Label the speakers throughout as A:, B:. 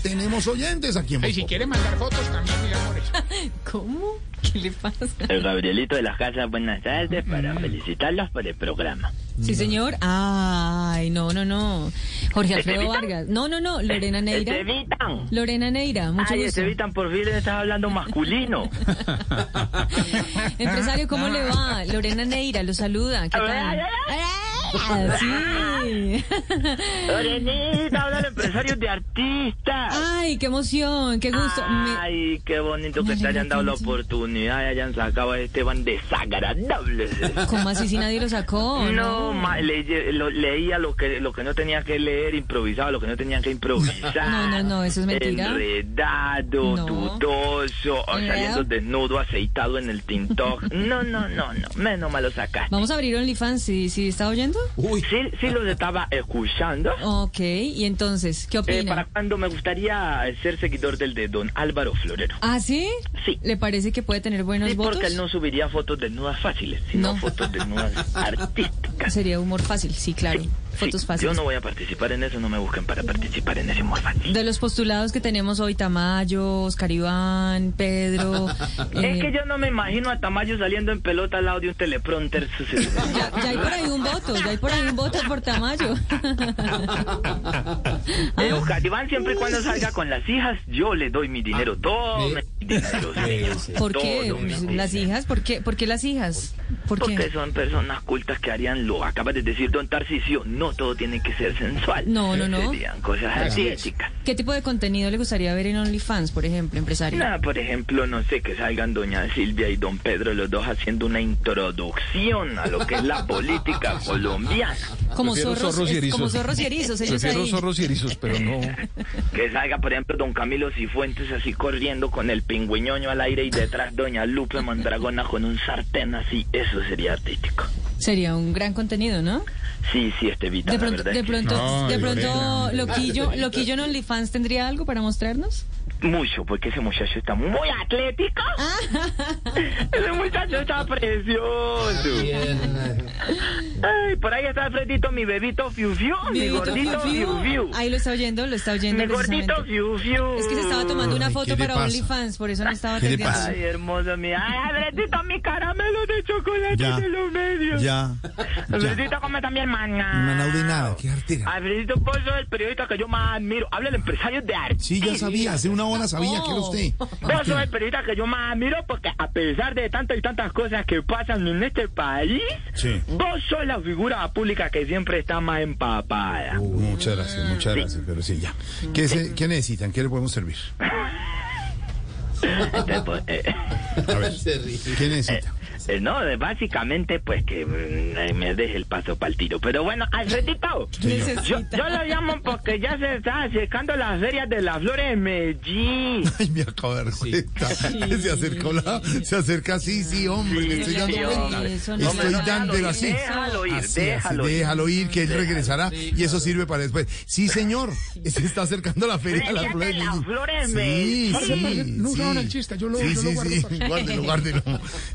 A: tenemos oyentes aquí en
B: Y si
A: Voz
B: quiere mandar fotos también, mi amor.
C: ¿Cómo? ¿Qué le pasa?
D: El Gabrielito de las Casas, buenas tardes para
C: Mm.
D: felicitarlos por el programa.
C: Sí, señor. Ay, no, no, no. Jorge Alfredo
D: ¿Estevita?
C: Vargas. No, no, no. Lorena Neira.
D: Eh, Estevitan.
C: Lorena Neira, mucho
D: Ay,
C: gusto.
D: Estevitan, por fin le estás hablando masculino.
C: Empresario, ¿cómo le va? Lorena Neira, lo saluda. ¿Qué tal? Ah, Sí.
D: Lorenita, habla el empresario de artistas.
C: Ay, qué emoción, Ah, qué gusto. Me-
D: Ay, qué bonito
C: Me
D: que te hayan
C: alegra
D: dado la
C: tanto.
D: oportunidad y hayan sacado a Esteban desagradable.
C: ¿Cómo así si nadie lo sacó?
D: No, ma- le- lo- leía lo que lo que no tenía que leer, improvisaba lo que no tenía que improvisar.
C: No, no, no, eso es mentira.
D: Enredado,
C: No. ¿Eh?
D: dudoso, o
C: ¿Enredado?
D: saliendo desnudo, aceitado en el tinto. No, no, no, no, menos malo sacaste.
C: Vamos a abrir OnlyFans, si está oyendo?
A: Uy,
D: Sí, sí los estaba escuchando.
C: Ok, y entonces, ¿qué
D: Eh,
C: opina?
D: para cuando me gustaría ser seguidor del de don Álvaro Florero.
C: ¿Ah, sí?
D: Sí.
C: ¿Le parece que puede tener buenos
D: Sí,
C: votos?
D: porque él no subiría fotos desnudas fáciles, sino
C: No.
D: fotos desnudas artísticas.
C: Sería humor fácil, sí, claro.
D: Sí,
C: Fotos
D: sí, Yo
C: fáciles.
D: no voy a participar en eso, no me busquen para participar en ese humor fácil.
C: De los postulados que tenemos hoy, Tamayo, Oscar Iván, Pedro.
D: Es
C: eh,
D: que yo no me imagino a Tamayo saliendo en pelota al lado de un teleprompter.
C: Ya, ya hay por ahí un voto, ya hay por ahí un voto por Tamayo.
D: Eh, Oscar Iván, siempre y cuando salga con las hijas, yo le doy mi dinero, todo
A: Ah, ve.
D: mi dinero, señor,
C: ¿Por qué?
D: todo mi
C: Pues,
D: dinero.
C: ¿Las hijas? ¿Por qué, ¿Por qué las hijas? ¿Por
D: Porque
C: qué?
D: son personas cultas que harían lo acabas de decir, don Tarcisio. No todo tiene que ser sensual.
C: No, no, no.
D: Serían cosas
B: Así
D: artísticas.
C: ¿Qué tipo de contenido le gustaría ver en OnlyFans, por ejemplo, empresario?
D: Nada, por ejemplo, no sé, que salgan doña Silvia y don Pedro, los dos haciendo una introducción a lo que es la política colombiana.
C: Como
E: Prefiero
C: zorros,
E: zorros y
C: es- como
E: erizos.
C: zorros y erizos, ellos
E: Prefiero
C: ahí.
E: zorros y erizos, pero no.
D: Que salga, por ejemplo, don Camilo Cifuentes así corriendo con el pingüiñoño al aire y detrás doña Lupe Mandragona con un sartén así. Eso sería artístico.
C: Sería un gran contenido, ¿no?
D: Sí, sí, Estevita,
C: De
D: la
C: pronto,
D: verdad es
C: de
D: que
C: pronto,
B: No,
C: de pronto,
B: Lorena.
C: Loquillo, Loquillo en OnlyFans tendría algo para mostrarnos.
D: Mucho, porque ese muchacho está muy atlético.
C: Ah.
D: ese muchacho está precioso. Ay, por ahí está Alfredito, mi bebito Fiu Fiu, mi
C: Bebito
D: gordito
C: Fiu Fiu.
D: Fiu Fiu.
C: Ahí lo está oyendo, lo está oyendo.
D: Mi gordito
C: precisamente.
D: Fiu Fiu.
C: Es que se estaba tomando una
A: Ay,
C: foto
A: ¿qué le
C: para
A: pasa?
C: OnlyFans, por eso no estaba
A: ¿Qué le
C: atendiendo.
A: pasa?
D: Ay, hermoso, mi. Ay, Alfredito, mi caramelo de chocolate
A: Ya.
D: de los medios.
A: ya.
D: Alfredito, come también maná.
A: Maná orinado, qué artera.
D: Alfredito, vos sos el periodista que yo más admiro. Habla el empresario de arte.
A: Sí, ya sabía, hace una hora sabía que era usted.
D: Vos sos el periodista que yo más admiro porque a pesar de tantas y tantas cosas que pasan en este país,
A: Sí.
D: vos sos la figura pública que siempre está más empapada.
A: Uh, muchas gracias, muchas gracias, pero sí, ya. ¿Qué, se- qué necesitan? ¿Qué le podemos servir?
D: Entonces, pues, eh,
A: A ver, ¿qué necesita?
D: eh, no, eh, básicamente pues que mm, eh, me deje el paso para el tiro. Pero bueno, Alfredito,
A: Señor.
D: yo,
C: Necesita.
D: yo lo llamo porque ya se está acercando las ferias de las flores de Medellín.
A: Ay, me acabo de dar cuenta. Se acercó la, se acerca así, sí, hombre, le estoy dando
D: sí,
A: cuenta.
D: hombre,
C: eso no.
A: Estoy
C: Hombre,
A: dándolo así.
D: déjalo ir,
A: Así,
D: déjalo
A: así,
D: ir.
A: déjalo ir, que él regresará y eso sirve para después. Sí, señor, se está acercando la feria de las
D: Feria de
A: flores.
D: las Flores,
A: Sí,
D: me-
A: sí,
B: No,
A: sí.
B: no, no, el chiste, yo lo-
A: sí,
B: yo lo
A: sí,
B: guardo
A: sí,
B: para-
A: guárdelo, guárdelo.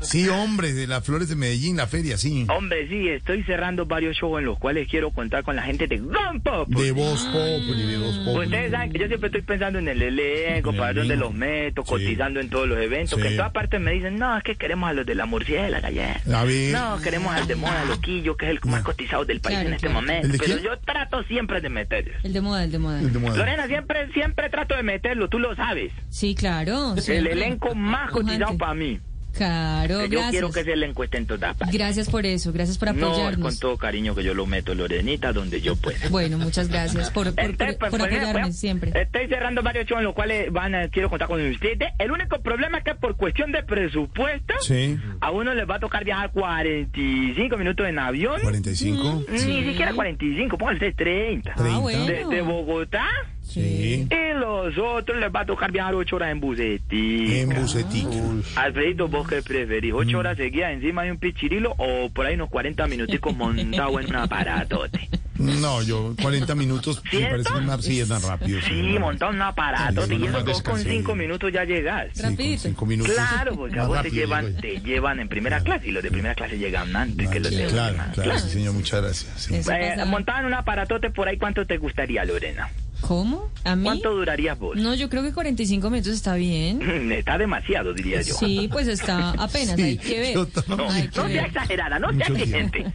A: Sí, hombre, de las flores de Medellín, la feria, sí.
D: Hombre, sí, estoy cerrando varios shows en los cuales quiero contar con la gente de Gompo.
A: De voz populi, de voz populi.
D: pues Ustedes saben que yo siempre estoy pensando en el elenco,
A: En el
D: para dónde
A: elenco.
D: los meto,
A: Sí.
D: cotizando en todos los eventos,
A: Sí.
D: que en todas partes me dicen, no, es que queremos a los de la murciélaga, ya.
A: A ver.
D: No, queremos al de Moda Loquillo, que es el más cotizado del país
C: Claro,
D: en este
C: claro.
D: momento.
A: ¿El de
D: Pero
A: quién? Ah.
D: yo trato siempre de meterlos.
C: El de moda, el de moda.
A: El de moda.
D: Lorena, siempre, siempre trato de meterlo, tú lo sabes.
C: Sí, claro.
D: El
C: siempre.
D: elenco más cotizado
C: Pujante.
D: para mí.
C: Claro,
D: Que Eh, yo
C: gracias.
D: quiero que ese elenco esté en todas partes.
C: Gracias por eso, gracias por
D: No, es
C: apoyarnos.
D: con todo cariño que yo lo meto, Lorenita, donde yo pueda.
C: Bueno, muchas gracias por, por,
D: Entonces,
C: por-
D: pues,
C: por
D: pues,
C: apoyarme
D: pues,
C: siempre.
D: Estoy cerrando varios shows en los cuales van a, quiero contar con ustedes. El único problema es que por cuestión de presupuesto,
A: Sí,
D: a uno les va a tocar viajar 45 minutos en avión.
A: 45.
D: Ni siquiera 45, pónganse 30.
A: Ah,
C: bueno.
D: Desde Bogotá.
A: Sí.
D: Y los otros les va a tocar viajar 8 horas en
A: En
D: bucetica.
A: bucetica.
D: Alfredito, ¿vos qué preferís?
A: Mm.
D: ¿8 horas seguidas encima de un pichirilo o por ahí unos 40 minuticos montado en un aparatote?
A: No, yo 40 minutos me
D: ¿Cierto?
A: parece una arcilla tan rápido.
D: Sí, montar un aparato,
A: Sí,
D: te
A: no
D: llevas
A: más
D: dos con
A: descansé.
D: cinco minutos ya llegas.
A: Sí, con
C: Rapidito.
A: cinco minutos.
D: Claro, porque a
A: Más
D: vos te
A: rápido
D: llevan,
A: llego
D: te llevan en primera clase y los de primera clase llegan antes
A: yo.
D: que los de
A: Claro,
D: última.
A: claro, sí, señor, muchas gracias. sí.
C: Eso
D: Eh,
C: pasa.
D: montar en un aparatote por ahí, ¿cuánto te gustaría, Lorena?
C: ¿Cómo? ¿A mí?
D: ¿Cuánto durarías vos? Mm,
C: No, yo creo que 45 minutos está bien.
D: Está demasiado, diría yo.
C: Sí, pues está apenas,
A: Sí,
C: hay que ver.
A: yo también.
D: No,
C: Hay que
D: no sea
C: ver.
D: exagerada, no sea
A: Mucho
D: exigente.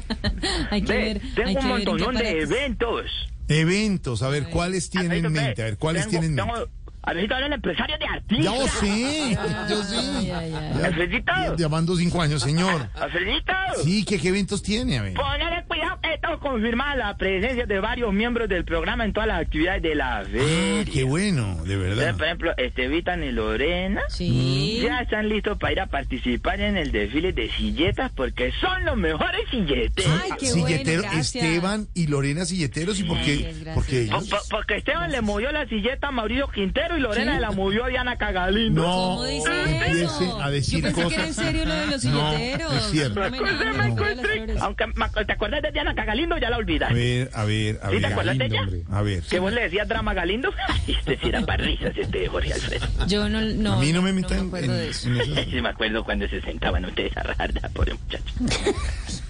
C: Hay que
D: Ve,
C: ver. hay que
D: tengo un
C: ver en qué
D: montonón de
C: aparatos.
D: eventos.
A: Eventos, a ver, ¿cuáles tienen en
D: Alfredito,
A: mente? A ver,
D: ve,
A: ¿cuáles
D: tengo-
A: tienen en mente?
D: tengo- Alfredito era el empresario de
A: Ya
D: artistas.
A: yo sí, yo sí.
C: Ay, ay, ay.
A: Ya-
D: Alfredito.
A: Llamando cinco años, señor.
D: Alfredito.
A: Sí, ¿qué, qué eventos tiene? A ver.
D: Ponele cuidado que esto confirma la presencia de varios miembros del programa en todas las actividades de la
A: Ah,
D: feria.
A: qué bueno, de verdad.
D: Entonces, por ejemplo, Estevitan y Lorena
C: Sí.
D: ya están listos para ir a participar en el desfile de silletas porque son los mejores silletes.
C: Ay, qué bueno,
A: Silletero
C: gracias.
A: Esteban y Lorena Silleteros, ¿y por qué?
C: Gracias, gracias.
A: Porque
D: Po-
A: ellos...
D: po- porque Esteban le movió la silleta a Mauricio Quintero y Lorena
C: Sí.
D: la movió a Diana Cagalino.
A: No,
C: ¿Cómo dice
A: empiece
C: eso?
A: a decir
C: Yo pensé que era en
A: cosas.
C: serio lo de los
A: No,
C: silleteros.
A: es cierto.
C: No me enamoro,
D: Acuérdate, me
C: no Ah, me
D: encontré-
C: enamores.
D: Aunque me acu- te acuerdas de Diana Cagalindo, ya la olvidas.
A: A ver, a ver, a
D: ¿Sí te
A: ver.
D: acuerdas de ella?
A: A ver.
D: ¿Que vos le decías drama Galindo? Ay, este sí era para risas, este Jorge Alfredo.
C: Yo no, no,
A: A mí no me
C: no
A: metan en,
C: acuerdo de eso.
A: en esas-
D: Sí me acuerdo cuando se sentaban ustedes a rajar de la pobre muchacho.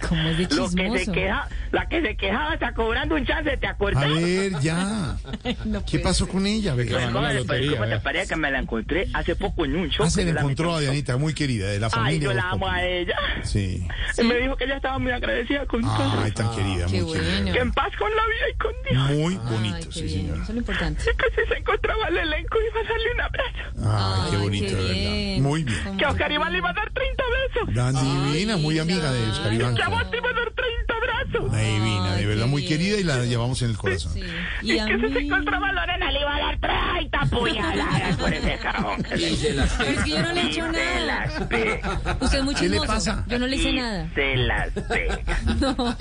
C: ¿Cómo es de
D: Lo
C: chismoso?
D: que se queja, la que se quejaba está cobrando un chance, ¿te
A: A
D: acuerdas?
A: ver, ya.
C: no
A: ¿Qué
C: puede
A: pasó con ella? Venga,
D: Pues,
A: ganó la
D: ¿cómo te-
A: lotería,
D: ¿Cómo te
A: vea.
D: parece que me la encontré hace poco en un show?
A: Ah, se
D: que
A: le
D: yo la
A: encontró a
D: metí-
A: Dianita, muy querida, de la
D: Ay,
A: familia.
D: yo
A: de
D: la
A: los
D: amo a
A: Populi.
D: ella.
A: Sí.
D: Y Me dijo que ella estaba muy agradecida con
A: Ay,
D: Dios.
A: tan querida,
C: Qué
A: muy querida.
D: Que
C: bueno.
D: en paz con la vida y con Dios.
A: Muy
C: Ay,
A: bonito,
C: qué
A: sí,
C: bien,
A: señora.
C: Eso es lo importante.
D: Y que si se encontraba el elenco iba a darle un abrazo.
A: Ay, qué bonito, de verdad.
C: bien.
A: Muy bien.
D: Que a Oscar Iván le iba a dar 30 besos.
A: Dan divina, muy amiga de Oscar Iván.
D: Que a vos
A: claro.
D: te iba a dar 30 abrazos.
A: La divina, de
C: Ay,
A: verdad,
C: qué
A: muy
C: bien.
A: querida y la llevamos en el corazón.
C: Sí.
D: Y,
C: Y a
D: que si se
C: mí...
D: encontraba Lorena le iba a dar 30 puñaladas por ese cajón. que le-
C: Pero es que yo no le he hecho
D: Y se las
C: nada.
D: pega.
C: Usted es muy
A: ¿Qué le
C: chismoso.
A: pasa?
C: Yo no le hice
D: Y
C: nada.
D: Se las pega.
C: No.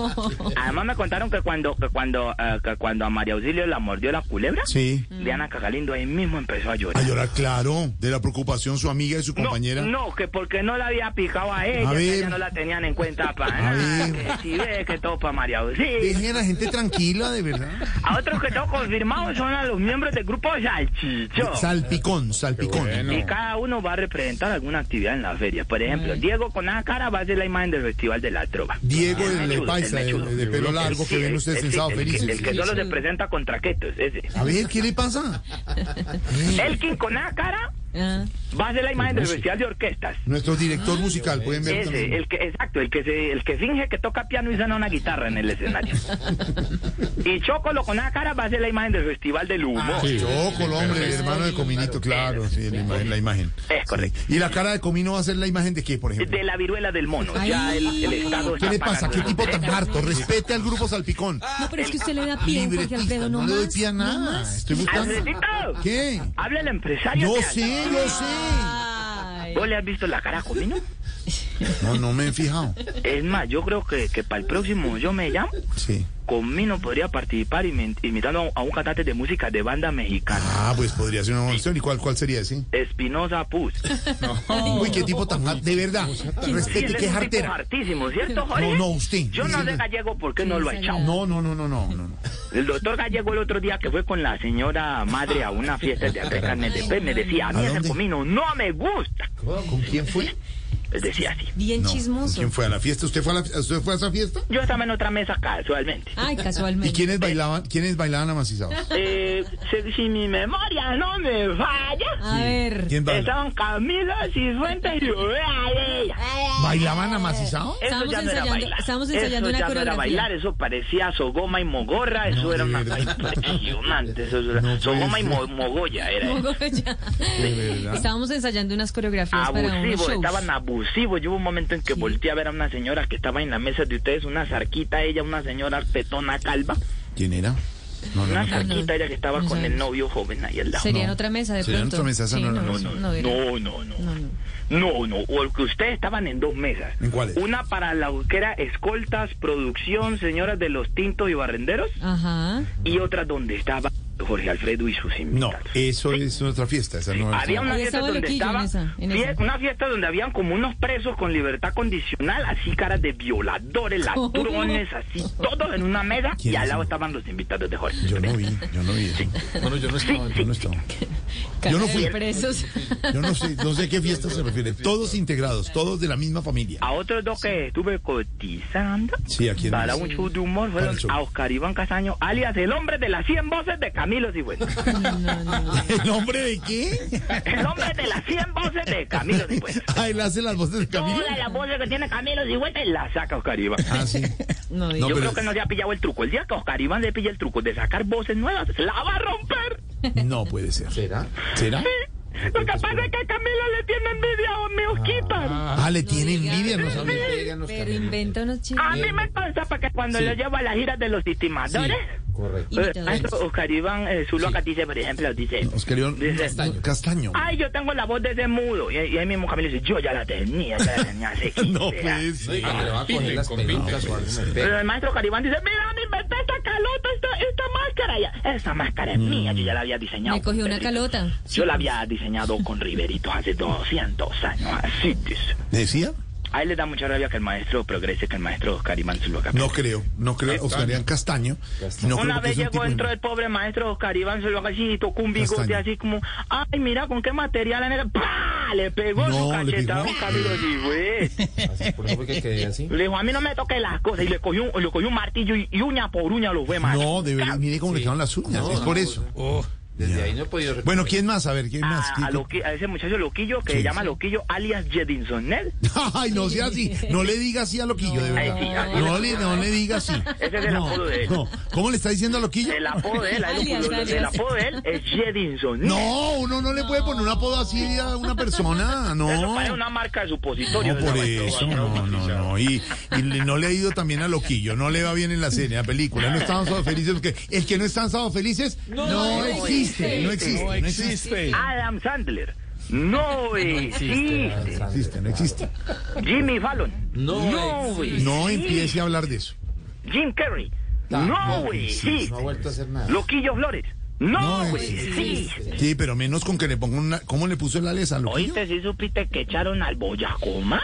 D: Además me contaron que cuando que cuando eh, que cuando a María Auxilio la mordió la culebra,
A: Sí.
C: Mm.
D: Diana Cagalindo ahí mismo empezó a llorar.
A: A llorar, claro, de la preocupación su amiga y su
D: No,
A: compañera.
D: No, que porque no la había picado a
A: A
D: ella,
A: ver.
D: que ella no la tenían en cuenta para
A: A
D: nada.
A: ver.
D: Que si ve que todo para María Auxilio.
A: Dejen a la gente tranquila, de verdad.
D: A otros que todo confirmado son a los miembros del grupo Salchichón.
A: Salpicón, salpicón.
D: Y cada uno va a representar alguna actividad en la feria. Por ejemplo, Diego con la cara va a ser la imagen del Festival de la Trova. Ah,
A: Diego el,
D: mechudo,
A: paisa,
D: el
A: de,
D: mechudo.
A: de pelo largo que
D: Sí,
A: ven ustedes
D: el- el-
A: sensado
D: el-
A: feliz.
D: El, el que solo se presenta con traquetos, ese.
A: A ver, ¿qué le pasa?
D: Elkin con la cara
C: Ah,
D: va a ser la imagen del Festival de Orquestas.
A: Nuestro director musical, pueden ver.
D: Ese,
A: también.
D: el que, exacto, el que, se, el que finge que toca piano y suena una guitarra en el escenario. y Chocolo con la cara va a ser la imagen del Festival del
A: Ah,
D: Humor.
A: Choco, el hombre, el hermano de Cominito, claro, sí, la imagen. La imagen.
D: Es correcto.
A: Sí. ¿Y la cara de Comino va a ser la imagen de qué, por ejemplo?
D: De la viruela del mono. ya
C: Ay.
D: el, el Estado
A: ¿Qué
D: está
A: le pasa?
D: pagando
A: ¿Qué
D: los
A: tipo tan
D: derechos.
A: harto? Respete al grupo Salpicón.
C: No, pero es que usted le da pie, Jorge
A: Libretista,
C: Alfredo,
A: no
C: no
A: le doy
C: más,
A: pie a
C: no
A: nada.
C: más.
A: Estoy buscando.
D: Alfredito.
A: ¿Qué?
D: Habla el empresario.
A: Yo
D: de
A: sé, yo sé.
C: Ay.
D: ¿Vos le has visto la cara a Comino?
A: No, no me he fijado.
D: Es más, yo creo que, que para el próximo yo me llamo.
A: Sí.
D: Comino podría participar imi- imitando a un cantante de música de banda mexicana.
A: Ah, pues podría ser una buena opción. ¿Y cuál, cuál sería ese?
D: Espinosa Puz.
A: Uy, qué tipo tan har- de verdad.
D: Sí,
A: Respete,
D: él
A: qué
D: es un tipo
A: jartera.
D: hartísimo, ¿cierto, Jorge?
A: No, no, usted.
D: Yo no
A: Usted
D: sé
A: no.
D: Gallego por qué no lo ha echado.
A: No, no, no, no, no, no. no.
D: El doctor Gallego el otro día que fue con la señora madre a una fiesta de acá en carnes de pez, me decía, a mí
A: ¿A
D: ese
A: dónde?
D: comino no me gusta.
A: ¿Con quién fue?
D: Él decía así.
C: Bien
A: No.
C: chismoso.
A: ¿Quién fue a la fiesta? ¿Usted fue a, la, ¿usted fue a esa fiesta?
D: Yo estaba en otra mesa casualmente.
C: Ay, casualmente.
A: ¿Y quiénes bailaban, quiénes bailaban amacizados?
D: Eh, se- si mi memoria no me falla,
C: A ver.
A: ¿Quién baila?
D: estaban Camilo Cifuentes y Rubén Aleya.
A: ¿Bailaban amacizados?
C: Eh,
D: Eso
C: Estábamos
D: ya no era
C: ensayando-
D: bailar.
C: estábamos
D: eso
C: ensayando una
D: ya no era
C: coreografía.
D: bailar, eso parecía sogoma y mogorra, eso
A: No,
D: era
A: de
D: una
A: verdad.
D: cosa impresionante. Eso era
A: No puede
D: sogoma y
A: ser.
D: mo- mogolla era. eso.
C: Ya.
A: verdad.
C: Estábamos ensayando unas coreografías para unos
D: Abusivos,
C: shows.
D: estaban abusivos. Yo hubo un momento en que
C: Sí.
D: volteé a ver a una señora que estaba en la mesa de ustedes, una zarquita ella, una señora petona calva,
A: ¿Quién era? No, no,
D: una
A: no.
D: zarquita ella que estaba
C: No
D: con
C: sabes.
D: el novio joven ahí al lado.
C: Sería en otra mesa de
A: Sería en
C: pronto.
A: otra mesa, esa no era
D: No,
A: eso
D: no,
C: no
D: no,
C: era.
D: no, no, no,
C: No, no.
D: no, no, o que ustedes estaban en dos mesas.
A: ¿En cuáles?
D: Una para la que era escoltas, producción, señoras de los tintos y barrenderos,
C: Ajá.
D: y otra donde estaba Jorge Alfredo y sus
A: No,
D: invitados.
A: eso es otra fiesta. Esa no es
D: Había una
C: Ahí
D: fiesta
C: estaba
D: donde
C: Loquillo
D: estaba
C: en esa, en
D: fie-
C: esa.
D: una fiesta donde habían como unos presos con libertad condicional, así caras de violadores,
C: ¿Cómo?
D: ladrones, así todos en una mesa y
A: ¿Quiénes
D: al lado
A: son?
D: estaban los invitados de Jorge.
A: Yo no vi, yo no vi eso.
E: Bueno, yo no estaba, yo no estaba.
A: Yo no
C: Casa de
A: fui.
C: presos.
A: Yo no sé, no sé a qué fiesta se refiere. Todos integrados, todos de la misma familia.
D: A otros dos que estuve cotizando
A: Sí, ¿a quién
D: para
A: más?
D: un show de humor
A: Para
D: fueron
A: el show.
D: a Oscar Iván Castaño, alias el hombre de las 100 voces de Camilo Cifuentes.
A: ¿El nombre de qué?
D: El hombre de las 100 voces de Camilo Cifuentes.
A: Ah, él hace las voces de Camilo.
D: Todas las voces que tiene Camilo Cifuentes las saca Oscar Iván.
A: Ah, sí.
C: No,
A: No,
C: digo.
D: Yo
A: pero-
D: creo que no se ha pillado el truco. El día que Oscar Iván se pilla el truco de sacar voces nuevas, la va a romper.
A: No puede ser.
E: ¿Será?
A: ¿Será?
D: Lo que pasa es que Camilo le tiene envidia a mi Osquita.
A: Ah, le tiene
C: diga.
A: envidia, no
E: No
A: sabía.
E: me pegan los
C: Pero
E: caminos.
C: inventa unos chistes.
D: A mí me consta porque cuando
E: Sí.
D: lo llevo a las giras de los estimadores,
E: Correcto.
D: eh,
C: Imitadores.
D: maestro Oscar Iván eh, Zuluaca dice, por ejemplo, dice,
A: Oscar Iván
D: dice,
A: Castaño. Castaño.
D: ay, yo tengo la voz de ese mudo. Y, y ahí mismo Camilo dice, yo ya la tenía, ya la tenía hace 15
A: No pues.
D: años".
A: puede
E: No,
A: ser.
E: y cuando le va a coger las
A: pues.
E: pelucas o algo me
D: Pero
E: pega.
D: el maestro Oscar Iván dice, mira, me inventé esta calota, esta, esta máscara. Ya, esa máscara es
A: Mm.
D: mía, yo ya la había diseñado.
C: Me cogió
D: con
C: una
D: Pedrito.
C: calota. pues.
D: Yo la había diseñado con Riverito hace 200 años, así dice.
A: ¿Decía?
D: A él le da mucha rabia que el maestro progrese, que el maestro Oscar Iván Zuluaga.
A: No creo, no creo. Oscar Iván Castaño. No creo
D: Una
A: porque
D: vez
A: es un
D: llegó
A: tipo
D: entró
A: de-
D: el pobre maestro Oscar Iván Zuluaga así, y tocó un bigote
A: Castaño.
D: así como, ay, mira con qué material en el... ¡Pah! Le pegó
A: No,
D: su
A: le
D: cachetada a
A: pegó.
D: un Camilo Cifuentes.
E: Así, por eso fue que quedé así.
D: Le dijo, a mí no me toques las cosas. Y le cogió un, le cogió un martillo y, y uña por uña lo fue, maestro.
A: No, de verdad, mire cómo le quedaron las uñas.
E: No,
A: Es por
E: no,
A: eso.
E: Desde
A: Ya.
E: ahí no he podido recuperar.
A: Bueno, ¿quién más? A ver, ¿quién más?
D: Ah, a, a loqui- a ese muchacho loquillo que
A: Sí.
D: se llama loquillo alias Jedinson Nell.
A: Ay, no sea así. No le diga así a Loquillo, de verdad.
D: Ay, sí, así
A: No
D: es.
A: le, no le diga así.
D: Ese es el
A: no,
D: apodo de él.
A: no. ¿Cómo le está diciendo a Loquillo?
D: El apodo de él, ahí lo-
C: Alias,
D: lo- lo- el
C: alias.
D: apodo de él es Jedinson Nell.
A: No, uno no le puede poner un apodo así a una persona. No.
D: Eso parece una marca de supositorio.
A: No, por
D: Esa
A: eso,
D: vaina.
A: no, no, no. Y, y le- no le ha ido también a Loquillo, no le va bien en la serie, en la película. No están sábados felices porque el que no están sábados felices no, existe, no existe, no existe,
D: Adam Sandler. No existe.
A: no existe, no existe.
D: Jimmy Fallon.
E: No
D: existe.
A: No empiece a hablar de eso.
D: Jim Carrey. No
E: sí, no ha
D: existe.
E: vuelto a hacer nada.
D: Loquillo Flores. No
A: No
D: existe.
A: Sí, pero menos con que le ponga una. ¿Cómo le puso el ales a Loquillo?
D: Oíste si supiste que echaron al Boyacoma.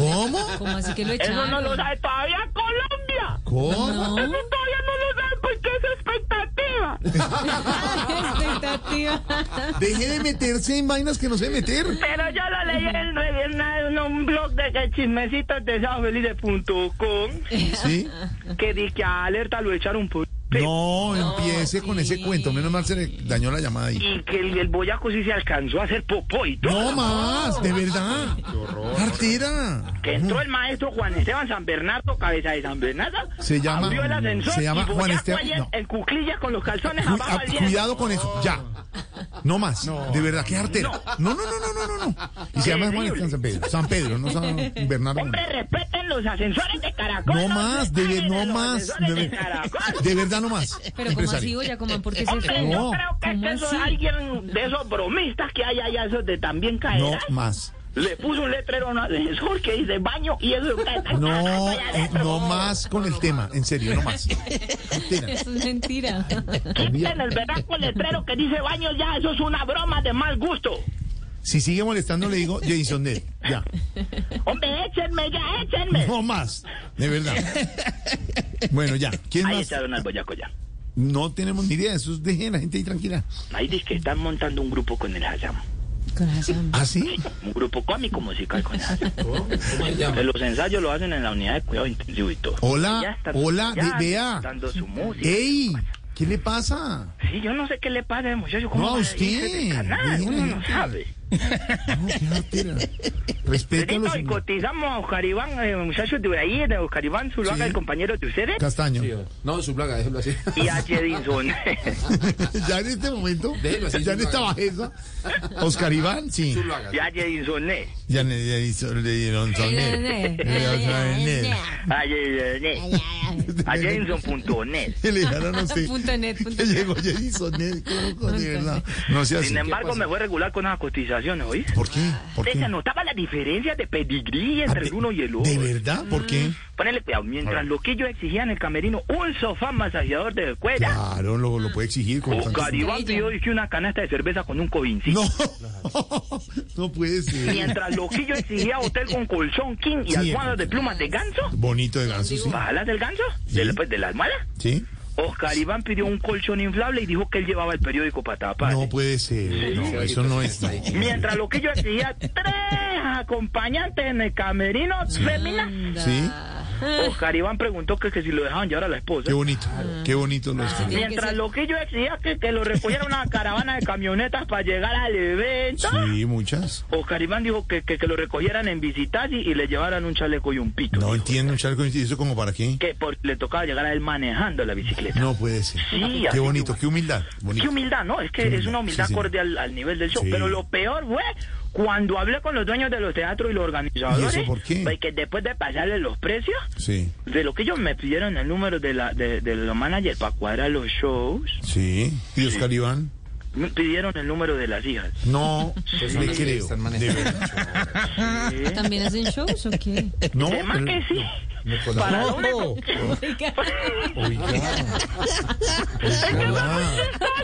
A: Ah. ¿Cómo?
C: ¿Cómo así que lo
D: Eso
C: echaron?
D: no lo sabe todavía Colombia.
A: ¿Cómo?
C: No.
D: Eso todavía no lo sabe porque es expectativa.
C: Expectativa.
A: Deje de meterse en vainas que no sé meter.
D: Pero yo lo leí en, en- en un blog de que chismecitos de sábadoelice.com
A: Eh. ¿Sí?
D: que di que a alerta lo echaron por...
A: No, empiece con ese cuento. Menos mal se le dañó la llamada ahí.
D: Y que el, el boyaco sí se alcanzó a hacer popó y todo.
A: No más, de verdad. Artera.
D: Que entró el maestro Juan Esteban San Bernardo, cabeza de San Bernardo.
A: Se llama-
D: Abrió el ascensor
A: se llama
D: y
A: Juan
D: Boyaco
A: Esteban-
D: ahí en-
A: no.
D: En cuclillas con los calzones
A: Cu-
D: abajo
A: ah,
D: al día.
A: cuidado con eso, ya. No más, de verdad, qué artera. No, no, no, no, no, no. no. Y se llama Juan Esteban San Pedro. San Pedro, no San Bernardo.
D: Hombre, respeten los ascensores de Caracol.
A: No más, de ver-
D: respeten
A: no
D: los
A: más.
D: ascensores
A: De,
D: De,
A: ver-
D: Caracol.
A: de verdad, no más.
C: Pero ¿cómo así,
A: Empresario.
C: Boyacomán? ¿Por qué se
D: Hombre,
C: fue?
A: No.
D: yo creo que
C: ¿Cómo
D: es eso,
C: así?
D: alguien de esos bromistas que hay allá, esos de también
A: No
D: caerá.
A: más.
D: Le puso un letrero a un ascensor que dice baño y eso está
A: No, eh,
D: allá adentro.
A: no más con el tema, en serio, no más. Artera.
C: Eso es mentira.
D: Quiten el verraco letrero que dice baño ya, eso es una broma de mal gusto.
A: Si sigue molestando, le digo Jason Ned. Ya.
D: Hombre, échenme ya, échenme.
A: No más, de verdad. Bueno, ya. ¿Quién
D: Ahí
A: más?
D: echaron al boyaco ya.
A: No tenemos ni idea. Eso es dejen la gente ahí tranquila.
D: Ahí dice que están montando un grupo con el Hazam.
C: Corazón.
A: ¿Ah, sí?
D: Un grupo cómico musical con el Hazam.
E: ¿Cómo se llama?
D: Que Los ensayos lo hacen en la unidad de cuidado intensivo y todo.
A: Hola,
D: Ya están-
A: Ah, hola,
D: ya
A: ve- vea.
D: están dando su música.
A: ¡Ey! ¿Qué le pasa?
D: Sí, yo no sé qué le pasa al muchacho.
A: No,
D: ¿Cómo
A: a
D: va
A: usted.
D: irse del canal?
A: Déjeme.
D: Uno no sabe.
A: No, qué artera. Respeta a los...
D: Pedrito, y cotizamos a Oscar Iván, eh, muchachos de ahí, de Oscar Iván Zuluaga,
A: Sí.
D: el compañero de ustedes,
A: Castaño.
E: Sí, No, su plaga, déjelo así.
D: y a Jedinson.
A: ya en este momento,
E: Déjelo así,
A: ya en esta
E: Zuluaga.
A: bajeza, Oscar Iván, sí.
E: Su plaga.
D: y a Jedinson. eh.
A: Ya le ya hizo- le dieron soner. Le dieron soner.
D: A Jedinson. eh. A Jedinson.net.
A: Que le dejaron a usted.
C: Punto net, punto
A: Que
C: net.
A: llegó Jason Ned. qué loco, de verdad. No sea así.
D: Sin embargo, me voy a regular con las cotizaciones, ¿oí?
A: ¿Por qué? ¿Por
D: Usted
A: qué?
D: se notaba la diferencia de pedigrí
A: Ah,
D: entre
A: de-
D: el uno y el otro.
A: ¿De Ah. verdad? ¿Por
C: Mm.
A: qué?
D: Ponele cuidado, mientras los que ellos exigían en el camerino un sofá masajeador de cuera,
A: Claro, lo, lo puede exigir. Con tantos-
D: Oscar Iván pidió dizque, una canasta de cerveza con un covincito.
A: No, no puede ser.
D: Mientras Loquillo exigía hotel con colchón king y
A: Sí,
D: almohadas de
A: eh.
D: plumas de ganso.
A: Bonito de ganso, sí.
D: ¿Bajalas del ganso?
A: Sí.
D: ¿De, la- pues, de la almohada?
A: ¿Sí?
D: Oscar Iván pidió un colchón inflable y dijo que él llevaba el periódico para tapar.
A: No pues, puede ser. No, eso no es. no.
D: Mientras lo que yo exigía tres acompañantes en el camerino féminas.
A: Sí.
D: Oscar Iván preguntó que, que si lo dejaban llevar a la esposa.
A: Qué bonito. Qué
D: Ah.
A: bonito los
C: Tiene que
D: Mientras
C: ser-
D: lo que yo exigía que, que lo recogiera una caravana de camionetas para llegar al evento.
A: Sí, muchas.
D: Oscar Iván dijo que, que, que lo recogieran en visitas y, y le llevaran un chaleco y un pito.
A: No entiendo un charco. ¿Y eso como para qué?
D: Que por- le tocaba llegar a él manejando la bicicleta.
A: No puede ser.
D: Sí,
A: Qué
D: así
A: bonito, qué humildad. Bonito.
D: Qué humildad, ¿no? Es que
A: Qué
D: es una humildad
A: sí, sí.
D: acorde al, al nivel del show.
A: Sí.
D: Pero lo peor fue cuando hablé con los dueños de los teatros y los organizadores.
A: ¿Y eso por qué?
D: pues, que después de pasarle los precios,
A: Sí,
D: de lo que ellos me pidieron el número de, la, de, de los managers para cuadrar los shows,
A: sí. ¿Y Oscar Iván?
D: me pidieron el número de las hijas.
A: No,
E: Pues son
A: le
E: las que
A: creo.
E: están
A: de
E: manejando.
A: verdad. Ah,
C: ¿También hacen shows o qué?
A: No,
D: Además
A: pero-
D: que sí. Para lo único que-
A: Hola,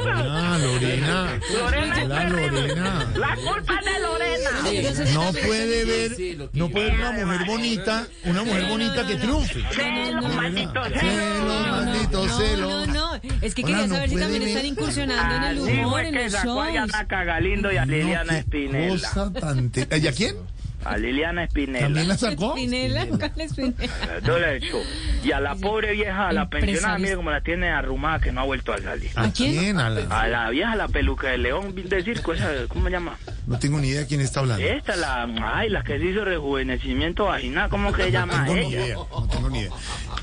A: hola, Lorena.
D: Lorena,
A: Hola, Lorena.
D: La culpa es de Lorena.
A: No puede
E: sí,
A: ver,
E: lo que
A: no
E: yo-
A: puede ver una mujer bonita, una mujer bonita que triunfe.
D: Celo, maldito
A: Celo,
D: celo.
A: maldito
C: No,
A: celo.
C: no, es que
A: Hola,
C: quería
A: no pues
C: saber si
A: puede
C: también
A: ver.
C: están incursionando en el
D: Así
C: humor,
D: fue
C: en
D: que
C: los
D: sacó a
C: shows.
D: Diana Cagalindo y a
A: No,
D: Liliana
A: qué
D: Espinela.
A: Cosa tan te- ¿Y a quién?
D: A Liliana
A: ¿También
D: Espinela.
A: la sacó?
C: Pinela, ¿cuál es Pinela?
D: Yo le he hecho. Y a la pobre vieja, a la pensionada,
C: Empresarios.
D: mire como la tiene arrumada que no ha vuelto a Ah. salir.
A: ¿A
C: quién?
A: quién? A la-
D: A la vieja, la peluca de león de circo, esa, ¿cómo se llama?
A: No tengo ni idea de quién está hablando.
D: Esta, la, ay, la que se hizo rejuvenecimiento vaginal, ¿cómo que se
A: No
D: llama eh?
A: tengo ni
D: ella?
A: idea, no tengo ni idea.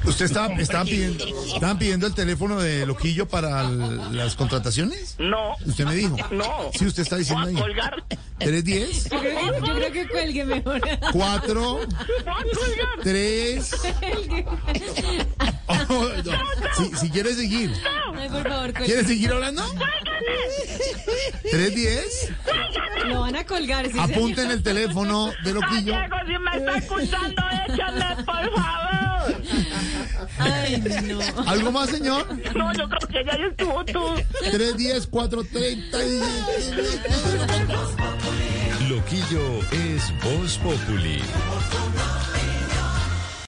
A: ¿Usted estaba, estaba pidiendo, estaban pidiendo el teléfono de Loquillo para l- las contrataciones?
D: No,
A: Usted me dijo.
D: no.
A: Sí, usted está diciendo
D: Voy
A: ahí.
D: a colgar.
A: 310,
C: Yo creo que- yo creo que cuelgue mejor.
A: 4,
D: Voy a colgar.
A: 3. si, si quiere seguir,
C: Ay, por favor, cuelgue.
A: ¿quiere seguir hablando? 310,
C: Lo van a colgar, sí, señor.
A: apunten el teléfono de Loquillo.
D: Diego, si me está escuchando, échame, por favor.
C: Ay, no.
A: ¿Algo más, señor?
D: No, yo creo que ya estuvo tú.
A: 310, 430.
F: Loquillo es Voz Populi.